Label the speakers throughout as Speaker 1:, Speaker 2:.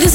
Speaker 1: This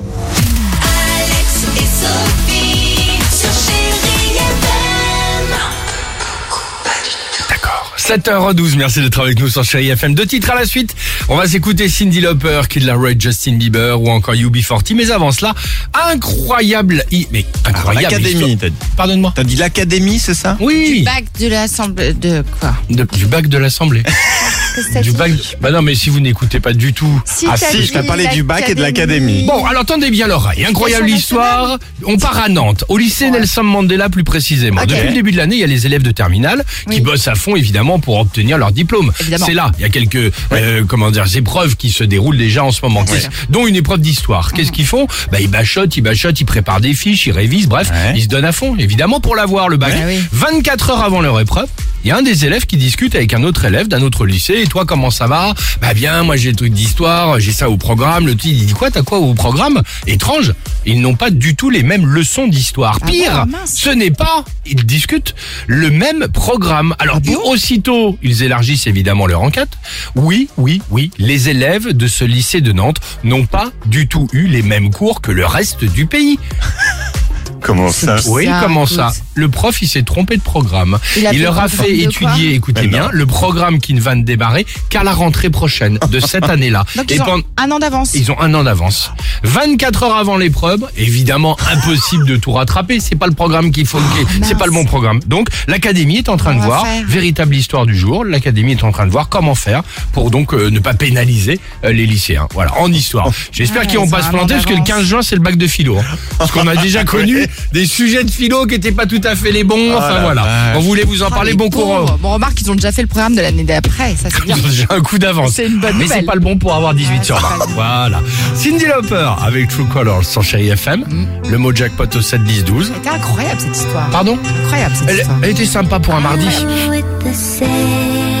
Speaker 2: Alex et Sophie sur Chéri FM.
Speaker 3: 7h12, merci d'être avec nous sur Chéri FM. Deux titres à la suite. On va s'écouter Cindy Lauper, Kid Laroi, Justin Bieber ou encore UB40. Mais avant cela, incroyable, i- mais incroyable.
Speaker 4: Ah, L'académie,
Speaker 3: histoire-
Speaker 4: t'as
Speaker 3: Pardonne-moi.
Speaker 4: t'as dit l'académie, c'est ça
Speaker 3: Oui.
Speaker 5: Bac de l'assemblée de quoi
Speaker 3: De- du bac de l'Assemblée. du bac. Bah non, mais si vous n'écoutez pas du tout.
Speaker 4: Ah si, je t'ai parlé du bac et de l'académie.
Speaker 3: Bon, alors tendez bien l'oreille. Incroyable histoire. On part à Nantes, au lycée Nelson Mandela plus précisément. Depuis le début de l'année, il y a les élèves de terminale qui bossent à fond évidemment pour obtenir leur diplôme.
Speaker 5: Évidemment.
Speaker 3: C'est là, il y a quelques euh, comment dire épreuves qui se déroulent déjà en ce moment, Qu'est-ce- dont une épreuve d'histoire.
Speaker 5: Mhm.
Speaker 3: Qu'est-ce qu'ils font Bah ils bachotent, ils bachotent, ils préparent des fiches, ils révisent, bref,
Speaker 4: Ouais.
Speaker 3: ils se donnent à fond évidemment pour l'avoir le bac.
Speaker 5: Ouais. Ah oui.
Speaker 3: 24 heures avant leur épreuve, il y a un des élèves qui discute avec un autre élève d'un autre lycée. Et toi, comment ça va Bah bien, moi j'ai le truc d'histoire, j'ai ça au programme. Le petit il dit quoi T'as quoi au programme Étrange. Ils n'ont pas du tout les mêmes leçons d'histoire. Pire,
Speaker 5: Ah bon, mince.
Speaker 3: ce n'est pas. Ils discutent le même programme.
Speaker 5: Ah
Speaker 3: Alors aussitôt, ils élargissent évidemment leur enquête. Oui, oui, oui. Les élèves de ce lycée de Nantes n'ont pas du tout eu les mêmes cours que le reste du pays.
Speaker 4: Comment ça
Speaker 3: Oui,
Speaker 5: Ça,
Speaker 3: comment
Speaker 5: écoute.
Speaker 3: ça Le prof, il s'est trompé de programme.
Speaker 5: Il a fait
Speaker 3: leur a
Speaker 5: comprendre
Speaker 3: fait
Speaker 5: de quoi
Speaker 3: étudier, écoutez
Speaker 4: Ben non.
Speaker 3: bien, le programme qui ne va ne débarrer qu'à la rentrée prochaine de cette année-là.
Speaker 5: Donc
Speaker 3: Et
Speaker 5: ils ont
Speaker 3: pen-
Speaker 5: un an d'avance.
Speaker 3: ils ont un an d'avance. 24 heures avant l'épreuve, évidemment impossible de tout rattraper. C'est pas le programme qu'il faut, qui- c'est pas le bon programme. Donc l'académie est en train de
Speaker 5: Ah, va
Speaker 3: voir
Speaker 5: faire
Speaker 3: véritable histoire du jour. L'académie est en train de voir comment faire pour donc euh, ne pas pénaliser euh, les lycéens. Voilà en histoire. J'espère
Speaker 5: Ouais,
Speaker 3: qu'ils vont
Speaker 5: Ah, ils
Speaker 3: pas
Speaker 5: ont
Speaker 3: se
Speaker 5: un an
Speaker 3: planter parce que le
Speaker 5: d'avance.
Speaker 3: 15 juin c'est le bac de philo. hein. Parce qu'on a déjà connu des sujets de philo qui étaient pas tout à fait les bons. Enfin
Speaker 4: Ah la
Speaker 3: voilà.
Speaker 4: vache.
Speaker 3: On voulait vous en parler.
Speaker 5: Ah, les
Speaker 3: Bon
Speaker 5: pauvres.
Speaker 3: courant.
Speaker 5: Bon, remarque, ils ont déjà fait le programme de l'année d'après. Ça, c'est bien.
Speaker 3: Ils ont déjà un coup d'avance.
Speaker 5: C'est une bonne
Speaker 3: Mais c'est
Speaker 5: nouvelle.
Speaker 3: pas le bon pour avoir 18 sur
Speaker 5: Ouais, c'est
Speaker 3: 20.
Speaker 5: pas le bon.
Speaker 3: Voilà. Cindy Lauper avec True Colors sur Chéri FM.
Speaker 5: Mm.
Speaker 3: Le mot jackpot au 7 10 12.
Speaker 5: C'était incroyable cette histoire.
Speaker 3: Pardon
Speaker 5: Incroyable cette
Speaker 3: elle,
Speaker 5: histoire.
Speaker 3: elle était sympa pour un mardi.
Speaker 2: With the same.